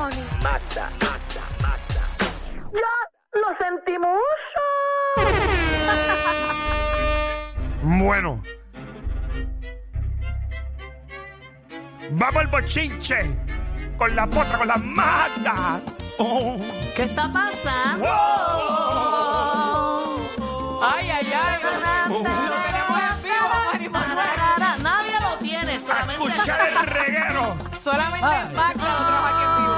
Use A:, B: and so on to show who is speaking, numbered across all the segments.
A: Mata, mata, mata.
B: ¡Ya lo sentimos!
C: Bueno. Vamos al bochinche. Con la potra, con la mata. Oh.
D: ¿Qué está pasando?
E: Ay, ay, ay. Lo tenemos en vivo, Manny Manuel.
D: Tarara, Nadie lo tiene,
C: A
D: solamente
C: escuchar el reguero.
E: Solamente
D: Ah,
E: en background lo trabaja aquí en vivo.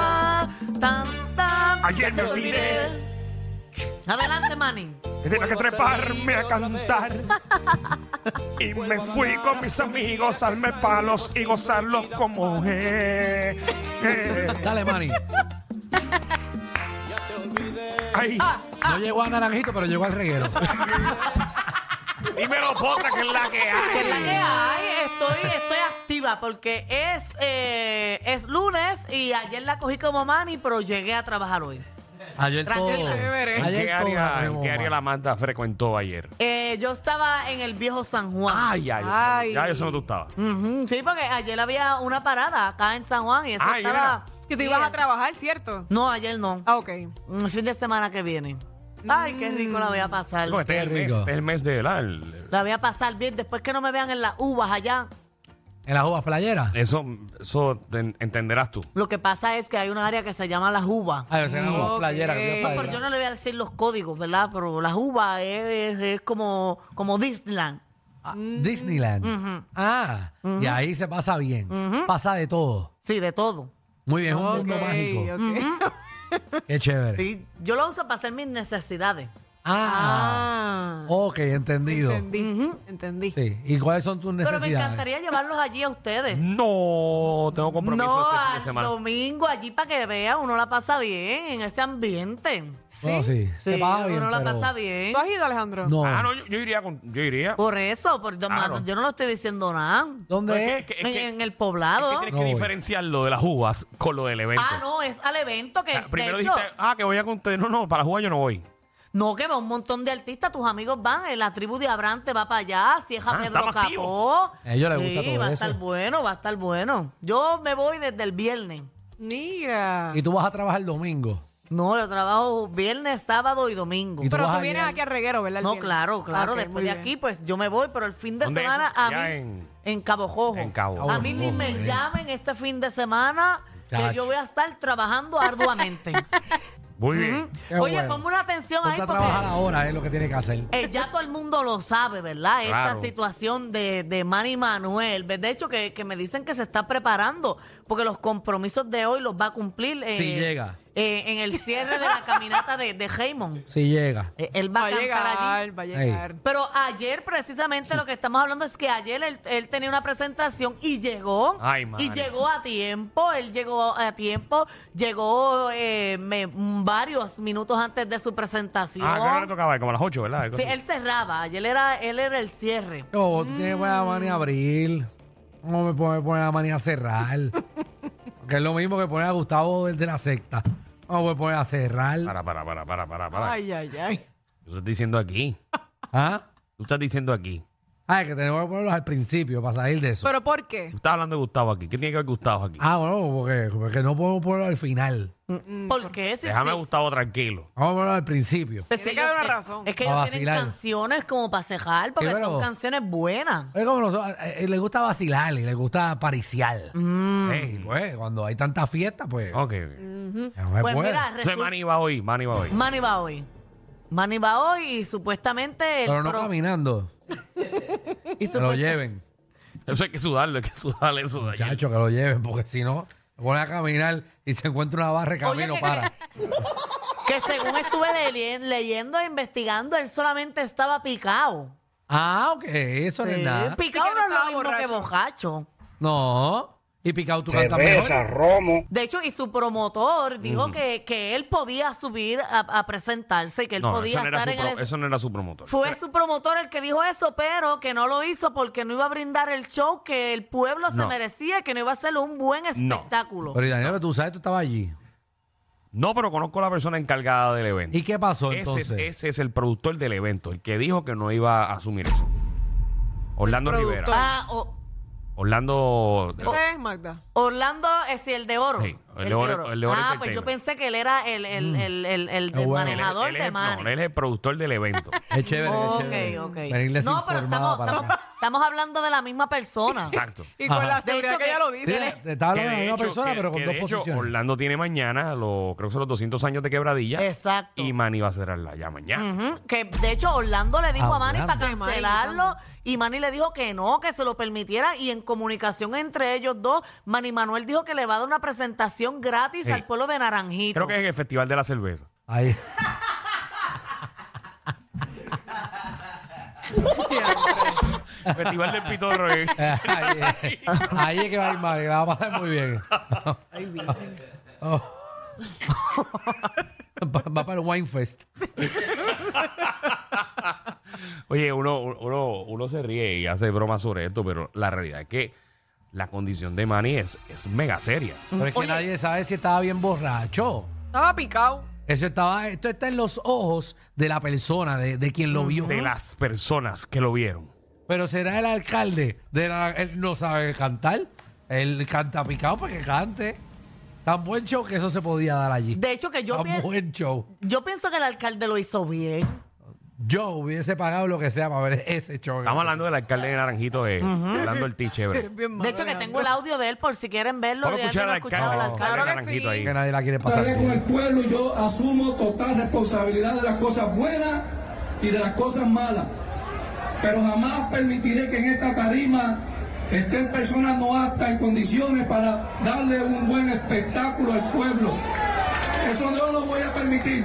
D: Tan, tan,
C: Ayer me
D: te
C: olvidé.
D: Adelante, Manny.
C: Que tenía que treparme a cantar. Y me fui con mis amigos a darme palos y gozarlos como eh, eh.
F: Dale, Manny.
C: Ay,
F: No llegó a Naranjito, pero llegó al reguero.
C: dímelo, potra, que es la que
D: Que es la que
C: hay.
D: hay, estoy, estoy activa porque es, eh, es lunes y ayer la cogí como Manny, pero llegué a trabajar hoy.
F: Ayer todo.
D: Tranquilo,
E: chévere.
C: ¿En qué
F: todo
C: área, en
F: tenemos,
C: qué área
F: Manny.
C: la manta frecuentó ayer?
D: Eh, yo estaba en el viejo San Juan.
C: Ay, ay, ay.
E: Ay.
C: Ya yo sé dónde tú estabas.
D: Ujú, Sí, porque ayer había una parada acá en San Juan y eso
C: Ay,
D: estaba.
E: Que tú ibas
D: bien.
E: a trabajar, ¿cierto?
D: No, ayer no.
E: Ah, ok.
D: El fin de semana que viene. Ay, qué rico la voy a pasar.
C: No, este es el mes,
F: rico.
C: este es el mes de la. el-
D: La voy a pasar bien después que no me vean en las uvas allá.
F: En las uvas playeras.
C: Eso, eso te en- entenderás tú.
D: Lo que pasa es que hay una área que se llama las uvas.
C: Ah,
F: Ay, o sea, en las uvas
E: Ok.
F: playeras. que había
E: No,
D: Pero
F: playeras.
D: yo no le voy a decir los códigos, ¿verdad? Pero las uvas es, es- es como, como Disneyland.
F: Ah,
D: Mm.
F: Disneyland. Ah, y ahí se pasa bien. Pasa de todo.
D: Sí, de todo.
F: Muy bien, es un
E: Ok,
F: mundo mágico.
E: ok.
F: Qué chévere.
D: Sí, yo lo uso para hacer mis necesidades.
F: Ah,
E: Ah.
F: ok, entendido.
E: Entendí. Entendí.
F: Sí. ¿Y cuáles son tus
D: Pero
F: necesidades?
D: me encantaría llevarlos allí a ustedes.
C: No, tengo compromiso
D: No,
C: este fin de
D: al
C: semana.
D: domingo allí para que vea, uno la pasa bien en ese ambiente.
F: Bueno, sí.
D: Sí,
F: Se pasa bien,
D: uno la
F: pero-
D: pasa bien.
E: ¿Tú has ido, Alejandro?
F: No.
C: Ah, no, yo, yo iría con. Yo iría.
D: Por eso, por,
C: Claro.
D: yo no lo estoy diciendo nada.
C: No, es que-
F: ¿Dónde
C: es
F: es?
C: que- es
D: en,
C: que-
D: en el
C: Es que
D: poblado.
C: tienes
F: No
C: que
F: voy.
C: diferenciar lo de las uvas con lo del evento.
D: Ah, no, es al evento que.
C: O sea, primero
D: de hecho,
C: dijiste, ah, que voy a contar. No, no, para las uvas yo no voy.
D: no, que va un montón de artistas, tus amigos van, eh, la tribu de Abrante va para allá, Cieja
C: Ah,
D: Pedro
C: estamos
D: Capó.
F: A ellos les
D: Sí,
F: gusta todo
D: va a
F: eso.
D: estar bueno, va a estar bueno. Yo me voy desde el viernes.
E: Mira.
F: Y tú vas a trabajar el domingo.
D: No, yo trabajo viernes, sábado y domingo.
F: ¿Y tú
E: Pero
F: vas
E: tú
F: a
E: vienes
F: ir-
E: aquí a reguero, ¿verdad? El
D: No,
E: viernes?
D: claro, claro.
E: Ok, muy
D: Después de
E: bien.
D: aquí, pues yo me voy, pero el fin de
C: ¿Dónde es
D: semana
C: eso?
D: a mí.
C: Allá
D: En,
C: en-
D: Cabo Jojo.
C: en Cabo
D: a
C: Jojo,
D: mí ni me
F: eh.
D: llamen este fin de semana, que
F: Chacho.
D: yo voy a estar trabajando arduamente.
C: Muy bien.
F: Qué
D: Oye,
F: bueno.
D: ponme una atención
F: Ponte
D: ahí
F: a trabajar
D: porque.
F: ahora, es lo que tiene que hacer.
D: eh, ya todo el mundo lo sabe, ¿verdad?
C: Claro.
D: Esta situación de, de Manny Manuel. De hecho, que, que me dicen que se está preparando porque los compromisos de hoy los va a cumplir. eh,
F: Si llega.
D: eh, en el cierre de la caminata de, de Raymond.
F: Si llega.
D: Eh, él va,
E: Va a
D: a cantar allí.
E: llegar, va a llegar.
D: Pero ayer, precisamente, lo que estamos hablando es que ayer él, él tenía una presentación y llegó.
C: Ay, madre.
D: y llegó a tiempo. Él llegó a tiempo. Llegó eh, me- varios minutos antes de su presentación.
C: Ah, ¿qué hora le tocaba? Como a las 8, ¿verdad? Algo
D: Sí,
C: así.
D: él cerraba. Ayer era, él era el cierre.
F: Oh, tú tienes que poner a
D: Mm.
F: Manny a abrir. ¿Cómo me puedes poner a Manny a cerrar? que es lo mismo que poner a Gustavo del de la secta. ¿Cómo me poner a cerrar?
C: Para, para, para, para, para, para.
E: Ay, ay, ay.
C: Tú estás diciendo aquí.
F: ¿Ah?
C: Tú estás diciendo aquí.
F: Ah, es que tenemos que ponerlos al principio para salir de eso.
E: ¿Pero por qué?
C: Tú estás hablando de Gustavo aquí. ¿Qué tiene que ver Gustavo aquí?
F: Ah, bueno, porque, porque no podemos ponerlo al final.
E: Mm,
D: ¿Por qué? Sí,
C: Déjame a
D: sí.
C: Gustavo tranquilo.
F: Vamos a ponerlo al principio.
D: Pues
E: Tiene
D: sí,
E: que
D: ellos-
E: haber una
D: eh,
E: razón.
D: Es que
F: Pa'
D: ellos tienen
F: vacilar.
D: canciones como para cejar, porque
F: Sí, pero-
D: son canciones buenas.
F: Es como nosotros, eh, eh, le gusta vacilar y le gusta pariciar.
D: Mm.
F: Ey, pues, cuando hay tanta fiesta, pues.
C: Ok.
F: no se
D: Pues
F: puede.
D: mira,
C: Entonces
D: resulta-
C: Manny va hoy. Manny va hoy.
D: Manny va hoy. Manny va hoy y supuestamente. el
F: Pero no
D: pro-
F: caminando.
D: y
F: Que lo
D: supuest-
F: lleven.
C: Eso hay que sudarlo, hay que sudarle eso de ayer.
F: Chacho, que lo lleven, porque si no, se pone a caminar y se encuentra una barra de camino
D: que-
F: para.
D: Que según estuve leyendo, leyendo e investigando, él solamente estaba picado.
F: Ah, ok, eso no es nada.
D: Picado
E: Sí,
D: no
E: que no
D: es lo
E: estaba
D: mismo que bojacho.
F: No. Y picado tú cantas mejor.
D: De hecho, y su promotor dijo
C: Mm.
D: que, que él podía subir a, a presentarse y que él
C: No,
D: podía
C: eso no, era
D: estar
C: su
D: en el.
C: pro- eso no era su promotor.
D: Fue su promotor el que dijo eso, pero que no lo hizo porque no iba a brindar el show que el pueblo se
C: No.
D: merecía, que no iba a ser un buen espectáculo.
F: Pero y Daniel, pero tú sabes, tú estabas allí.
C: No, pero conozco a la persona encargada del evento.
F: ¿Y qué pasó
C: Ese
F: entonces?
C: es, ese es el productor del evento, el que dijo que no iba a asumir eso. Orlando Rivera.
E: productor.
D: Ah, o-
C: Orlando.
F: Oh.
E: Esa es Magda.
D: Orlando es eh, el de oro.
C: Sí, El Leo- el Leo
D: ah, pues
C: Entertainment. Mm.
D: yo pensé que él era el, el, el, el,
E: Ah,
D: el del
F: bueno.
D: manejador
C: Él es-
D: de Manny.
C: no, él es el productor del evento.
F: Es chévere.
D: ok,
F: es
D: ok.
F: chévere.
D: No, pero estamos, estamos, estamos hablando de la misma persona.
C: Exacto.
E: Y con
F: Ajá.
E: la
D: De
E: seguridad
D: hecho
E: que,
D: que-
E: ella lo
F: Sí,
E: dice.
F: te estaba
C: Que
F: hablando
C: de
F: de Ah, una
C: hecho-
F: persona,
C: que-
F: pero con
C: que
F: dos
C: de hecho,
F: posiciones.
C: Orlando tiene mañana, los, creo que son los 200 años de quebradilla.
D: Exacto.
C: Y Manny va a cerrarla ya mañana.
D: Ujú, Que de hecho Orlando le dijo a Manny para
F: Hablando.
E: Sí, Manny,
D: cancelarlo y Manny le dijo que no, que se lo permitiera y en comunicación entre ellos dos, Manny Manuel dijo que le va a dar una presentación gratis
C: Sí.
D: al pueblo de Naranjito.
C: Creo que es en el Festival de la Cerveza.
F: Ahí.
C: Festival del Pitorro. eh.
F: Ahí, es- ahí es que va a ir mal, que la va a pasar muy bien. Oh. Va va para el Wine Fest.
C: Oye, uno, uno, uno se ríe y hace bromas sobre esto, pero la realidad es que la condición de Manny es, es mega seria.
F: Pero es que
D: Oye.
F: nadie sabe si estaba bien borracho.
E: Estaba picado.
F: Eso estaba, esto está en los ojos de la persona, de, de quien lo vio.
C: De las personas que lo vieron.
F: Pero será el alcalde. De la- él no sabe cantar. Él canta picado para que cante. Tan buen show que eso se podía dar allí.
D: De hecho que yo,
F: Tan
D: pien-
F: buen show.
D: yo pienso que el alcalde lo hizo bien.
F: Yo hubiese pagado lo que sea para ver ese show.
C: Estamos hablando del alcalde de Naranjito, de Orlando Ortiz, chévere.
E: Eres bien malo,
D: De hecho que
E: Alejandro.
D: tengo el audio de él por si quieren verlo.
C: Vamos a
D: de
C: escuchar
D: alguien
C: al
D: que no ha
C: alcalde,
D: escuchado
C: al alcalde
D: al
C: de
E: Claro que
C: Naranjito
E: sí.
C: ahí.
F: que nadie la quiere pasar.
G: Estaré con el pueblo y yo asumo total responsabilidad de las cosas buenas y de las cosas malas. Pero jamás permitiré que en esta tarima estén personas no aptas en condiciones para darle un buen espectáculo al pueblo. Eso no lo voy a permitir.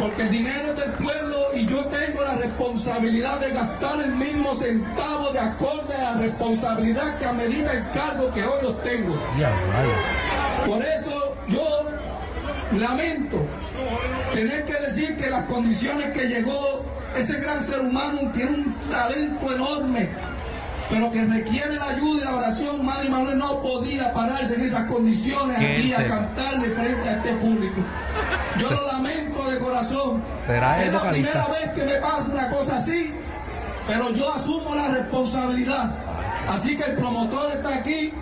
G: Porque el dinero es del pueblo y yo tengo la responsabilidad de gastar el mismo centavo de acorde a la responsabilidad que amerita el cargo que hoy obtengo.
F: Ya, vale.
G: Por eso yo lamento tener que decir que las condiciones que llegó ese gran ser humano tiene un talento enorme, pero que requiere la ayuda y la oración. Manny Manuel no podía pararse en esas condiciones
F: Que
G: aquí
F: él
G: a
F: sepa.
G: cantarle frente a este público. Yo lo lamento de corazón.
F: Será
G: es
F: el
G: la
F: vocalista.
G: primera vez que me pasa una cosa así, pero yo asumo la responsabilidad. Así que el promotor está aquí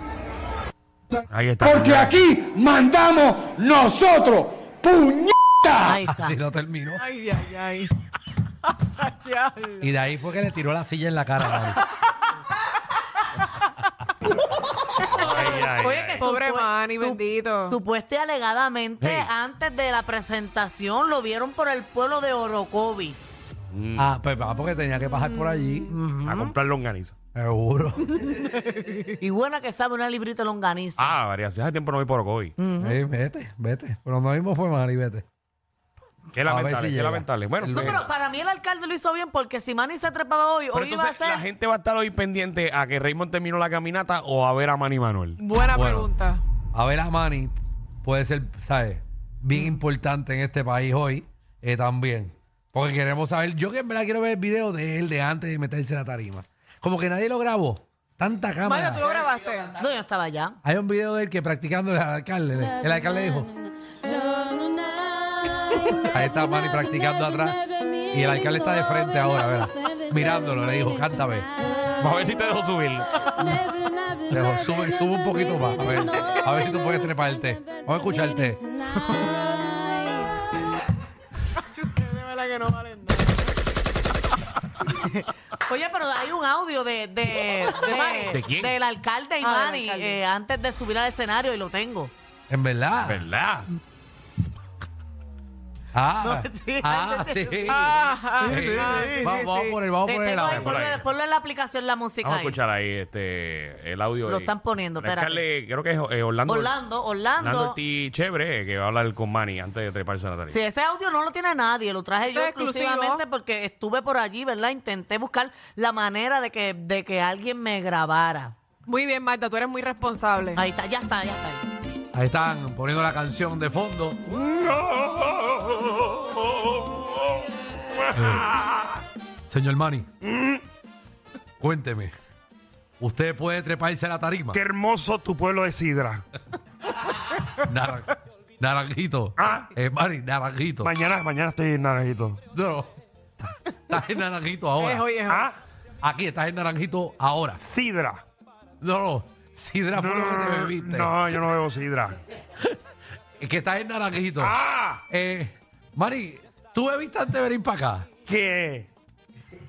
C: Ahí está.
H: Porque aquí mandamos nosotros. ¡Puñeta!
D: Ahí está.
F: Así lo terminó.
E: Ay, ay, ay. Ya, diablo.
F: Y de ahí fue que le tiró la silla en la cara. a Manny.
C: Ay, ay,
D: Oye,
C: ay.
D: que
E: Pobre
D: supu-
E: Manny,
D: sup-
E: bendito.
D: Supuesta y alegadamente,
C: Hey.
D: antes de la presentación, lo vieron por el pueblo de Orocovis.
C: Mm,
F: ah, pues ah, porque tenía que pasar por allí.
D: Mm.
C: A comprar longaniza.
F: Seguro.
D: Y buena que sabe una librita longaniza.
C: Ah, varias. Hace tiempo no voy por hoy.
F: Ey, vete, vete. Pero no mismo fue Mari, vete.
C: Qué
F: ver
C: lamentable,
F: si
C: qué
F: llega.
C: lamentable. Bueno,
F: El
D: no, pero para mí el alcalde lo hizo bien porque si Manny se trepaba hoy,
C: Pero
D: hoy iba a
C: entonces la
D: ser.
C: gente va a estar hoy pendiente a que Raymond terminó la caminata o a ver a Manny Manuel.
E: Buena
F: Bueno.
E: pregunta.
F: A ver, a Manny puede ser, ¿sabes? Bien importante en este país hoy eh, también. Porque queremos saber, yo que en verdad quiero ver el video de él de antes de meterse en la tarima. Como que nadie lo grabó. Tanta cámara.
E: Mario, tú lo grabaste.
D: No, yo estaba allá.
F: Hay un video de él que practicando el alcalde. le- El alcalde dijo. Ahí está Manny practicando atrás. Y el alcalde está de frente ahora, ¿verdad? Mirándolo, le dijo, cántame.
C: A ver si te dejo subir.
F: Le dijo, sube, sube un poquito más. A ver, a ver si tú puedes treparte. Vamos a escucharte.
E: Ustedes de verdad que no valen nada.
D: Oye, pero hay un audio de, de, de-
C: ¿De quién?
D: del alcalde y
E: Ah, del
D: Manny
E: alcalde.
D: eh, antes de subir al escenario y lo tengo.
F: En verdad.
C: ¿Verdad?
F: Ah,
D: No, sí,
F: ah,
D: antes
F: sí.
D: de-
E: Ah,
F: Sí.
E: ah, sí,
F: Vamos,
E: sí,
F: vamos
E: sí.
F: a poner, vamos
D: Te
F: a poner el
D: Eh, tengo ahí,
F: audio.
C: por
D: ponlo,
C: ahí.
D: ponlo en la aplicación la música.
C: Vamos a
D: ahí.
C: escuchar ahí este, el audio.
D: Lo
C: ahí.
D: están poniendo,
C: El alcalde, creo que es eh, Orlando.
D: Orlando, Orlando.
C: Orlando Ortiz, chévere, que va a hablar con Manny antes de treparse a la tarea.
D: Sí, ese audio no lo tiene nadie, lo traje yo
E: Esto es exclusivo.
D: exclusivamente porque estuve por allí, ¿verdad? Intenté buscar la manera de que, de que alguien me grabara.
E: Muy bien, Marta, tú eres muy responsable.
D: Ahí está, ya está, ya está.
F: Ahí están poniendo la canción de fondo. Señor Mani, cuénteme. ¿Usted puede treparse a la tarima?
C: Qué hermoso tu pueblo de Sidra.
F: Naran- naranjito.
C: Ah.
F: Eh, Mani, naranjito.
C: Mañana, mañana estoy en Naranjito.
F: No, no. Estás en naranjito
E: Es
F: ahora.
E: hoy, es hoy.
C: Ah,
F: Aquí estás en naranjito ahora.
C: Sidra.
F: No, no. Sidra fue lo que te bebiste.
I: no, ah, yo no bebo sidra.
F: Es que estás en naranjito.
I: ¡Ah!
F: Eh, Mari, tú bebiste antes de venir para acá.
I: ¿Qué?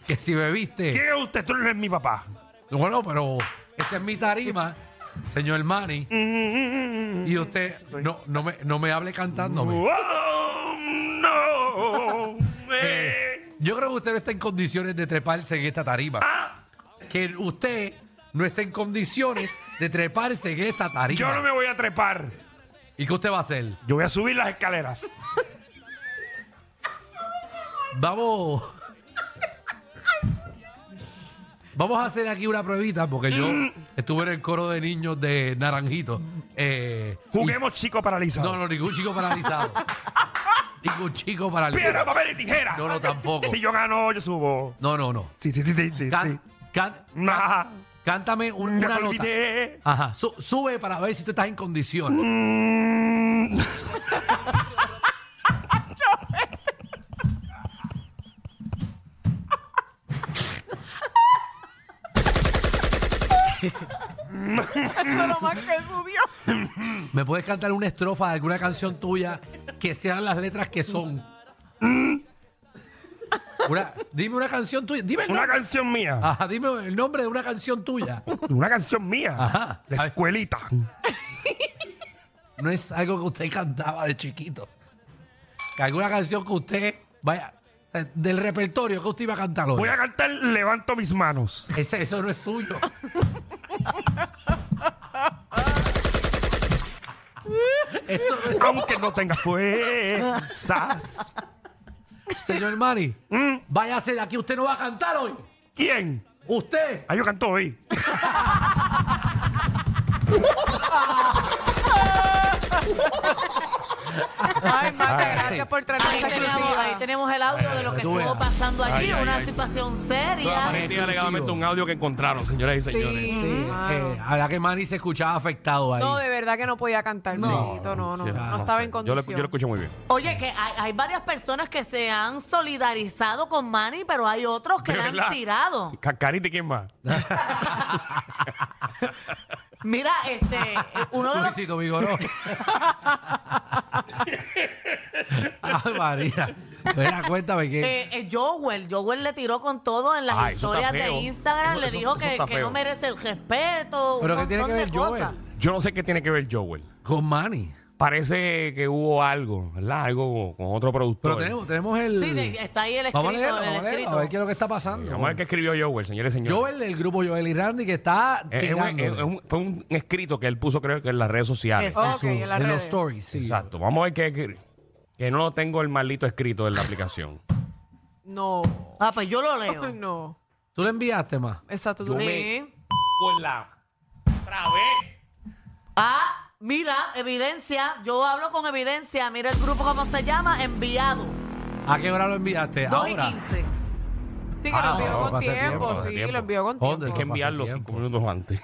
F: Que si bebiste.
I: ¿Quién es usted? Tú no eres mi papá.
F: Bueno, pero esta es mi tarima, señor Mari.
I: Mm,
F: Y usted no, no, me, no me hable cantándome.
I: ¡Oh, no!
F: Eh,
I: Eh,
F: yo creo que usted no está en condiciones de treparse en esta tarima.
I: Ah.
F: Que usted no está en condiciones de treparse en esta tarima.
I: yo no me voy a trepar.
F: ¿Y qué usted va a hacer?
I: Yo voy a subir las escaleras.
F: Vamos. Vamos a hacer aquí una pruebita porque yo estuve en el coro de niños de Naranjito. Eh, y-
I: Juguemos chico paralizado.
F: No, no, ningún chico paralizado. ningún chico paralizado.
I: Piedra, papel y tijera.
F: No, no, tampoco.
I: Si yo gano, yo subo.
F: No, no, no.
I: Sí, sí, sí, sí. sí,
F: Can-
I: sí.
F: can-
I: Nah,
F: cántame un-
I: ya
F: una
I: me
F: nota.
I: olvidé.
F: Ajá, su- sube para ver si tú estás en condición.
E: Eso es lo más que subió.
F: ¿Me puedes cantar una estrofa de alguna canción tuya que sean las letras que son? Una- dime una canción tuya. Dime el,
I: Una
F: nombre,
I: canción mía.
F: Ajá, dime el nombre de una canción tuya.
I: Una canción mía.
F: Ajá.
I: La escuelita.
F: No es algo que usted cantaba de chiquito. Que alguna canción que usted, vaya, eh, del repertorio que usted iba a cantar hoy.
I: Voy a cantar Levanto mis manos.
F: Ese- eso no es suyo. eso no es-
I: Aunque no tenga fuerzas.
F: Señor Mari, váyase de aquí. Usted no va a cantar hoy.
I: ¿Quién?
F: Usted.
I: Ah, yo canto hoy.
E: Ay, Mate, gracias por traernos
D: Ahí
E: esa
D: tenemos, ahí
E: exclusiva.
D: tenemos el audio de lo que
F: Tú veas.
D: estuvo pasando allí,
C: Ay, ay,
D: una
C: ay.
D: situación seria.
C: Tiene legalmente un audio que encontraron, señoras y señores.
E: Sí,
F: Sí,
E: mano.
F: eh, habrá que Mari se escuchaba afectado ahí.
E: No, de verdad que no podía cantar, no, no, no, no,
C: Sí,
E: estaba
C: sé.
E: en
C: Yo lo, yo
E: condición.
C: lo escuché muy bien.
D: Oye, que hay, hay varias personas que se han solidarizado con Manny, pero hay otros que
C: ¿De
D: la han
C: verdad?
D: tirado.
C: Cascarita, ¿quién más?
D: Mira, este, uno de los
F: Luisito Vigoró. Ay, María. Mira, cuéntame que.
D: Eh, eh, Joel, Joel le tiró con todo en las
C: Ah, eso está
D: historias de
C: feo.
D: Instagram,
C: Eso-
D: le
C: eso-
D: dijo
C: eso
D: que,
C: está
D: que
C: feo.
D: no merece el respeto.
F: ¿Pero
D: un
F: qué tiene que
D: montón
F: ver
D: de
F: Joel?
D: cosas.
C: Yo no sé qué tiene que ver Joel.
F: Con Manny.
C: Parece que hubo algo, ¿verdad? Algo con otro productor.
F: Pero tenemos, tenemos el.
D: Sí, de- está ahí el escrito.
F: Vamos a leerlo,
D: el
F: vamos a leerlo,
D: escrito.
F: a ver qué es lo que está pasando.
C: Vamos a ver qué escribió Joel, señores y señores.
F: Joel, el grupo Joel y Randy, que está
C: Eh, es un-
F: tirando.
C: es un- fue un escrito que él puso, creo que en las redes sociales.
D: Exacto.
E: Ok, en las
F: en los
E: redes.
F: stories, sí.
C: Exacto. Vamos a ver qué. qué- Que no tengo el maldito escrito en la aplicación.
E: No,
D: Ah, pues yo lo leo.
E: no.
F: ¿Tú le enviaste más?
E: Exacto, tú
C: Yo
E: dices,
D: Sí.
C: Con la. Otra vez.
D: Ah, mira, evidencia. Yo hablo con evidencia. Mira el grupo cómo se llama. Enviado.
F: ¿A qué hora lo enviaste?
D: 2 y
F: Ahora.
D: 15.
E: Sí, que
F: Ah,
E: lo
F: no,
E: envió con
F: hace
E: tiempo,
F: tiempo,
C: hace
E: sí,
C: tiempo.
E: lo envió con
F: ¿Dónde?
E: tiempo.
C: Hay que enviarlo
F: Pasa
C: cinco
F: tiempo.
C: minutos antes.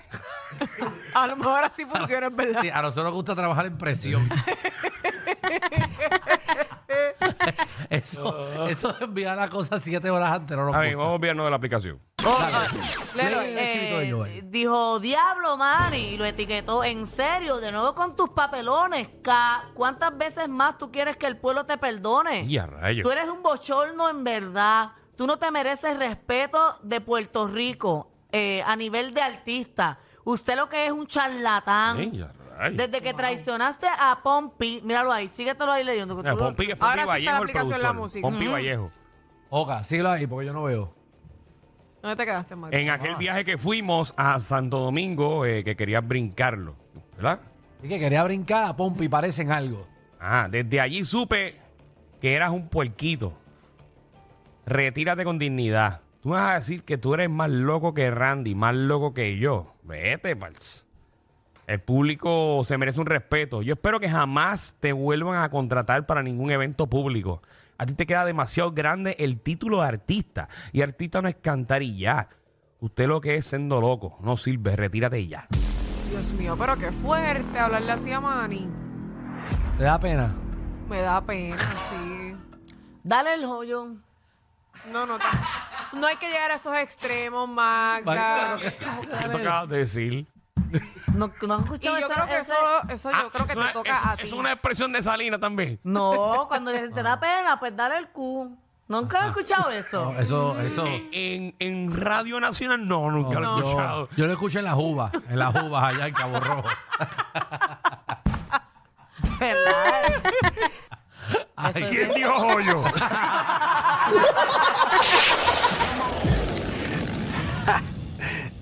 E: A lo mejor así funciona, es verdad.
F: Sí, a nosotros nos gusta trabajar en presión. eso, eso de enviar las cosas siete horas antes no nos
C: A ver,
F: gusta.
C: vamos a enviarnos de la aplicación.
E: Léelo,
F: Lee el escrito de
D: Eh,
F: Joel.
D: dijo, diablo, Manny. Y lo etiquetó. En serio, de nuevo con tus papelones. Ca- ¿Cuántas veces más tú quieres que el pueblo te perdone?
C: Y a rayos.
D: Tú eres un bochorno en verdad. Tú no te mereces respeto de Puerto Rico eh, a nivel de artista. Usted lo que es un charlatán.
C: Ey, a rayos.
D: Desde que traicionaste a Pompi, míralo ahí, síguetelo ahí leyendo. que tú
C: Mira,
D: lo-
C: Pompi, Pompi
E: Ahora sí está la
C: Vallejo, el
E: aplicación de la
C: productor.
E: música.
C: Pompi Vallejo.
F: Oca, síguelo ahí porque yo no veo.
E: ¿Dónde te quedaste, Marco?
C: En aquel viaje que fuimos a Santo Domingo, eh, que querían brincarlo, ¿verdad?
F: Y que quería brincar a Pompi, parecen algo.
C: Ah, desde allí supe que eras un puerquito. Retírate con dignidad. Tú me vas a decir que tú eres más loco que Randy, más loco que yo. Vete, pals. El público se merece un respeto. Yo espero que jamás te vuelvan a contratar para ningún evento público. A ti te queda demasiado grande el título de artista. Y artista no es cantar y ya. Usted lo que es siendo loco. No sirve, retírate y ya.
E: Dios mío, pero qué fuerte hablarle así a Manny.
F: ¿Te da pena?
E: Me da pena, sí.
D: Dale el joyo.
E: No, no, no hay que llegar a esos extremos, Magda.
C: ¿Qué tocaba decir?
D: No, no han
E: Y
D: escuchado
E: yo
D: esa-
E: creo que
D: ese-
E: eso, eso yo
C: Ah,
E: creo que
C: es
E: te
C: una-
E: toca
C: es-
E: a ti.
C: Es una expresión de Salina también.
D: No, cuando te
C: Ah.
D: da pena, pues dale el Q. Nunca han escuchado eso.
F: No, eso, eso.
C: En, en Radio Nacional no, nunca lo he
F: yo-
C: escuchado.
F: Yo, lo escuché en las uvas, en las uvas allá en Cabo Rojo.
D: ¿Verdad? Eso
J: ¿Quién
D: es-
J: dijo hoyo?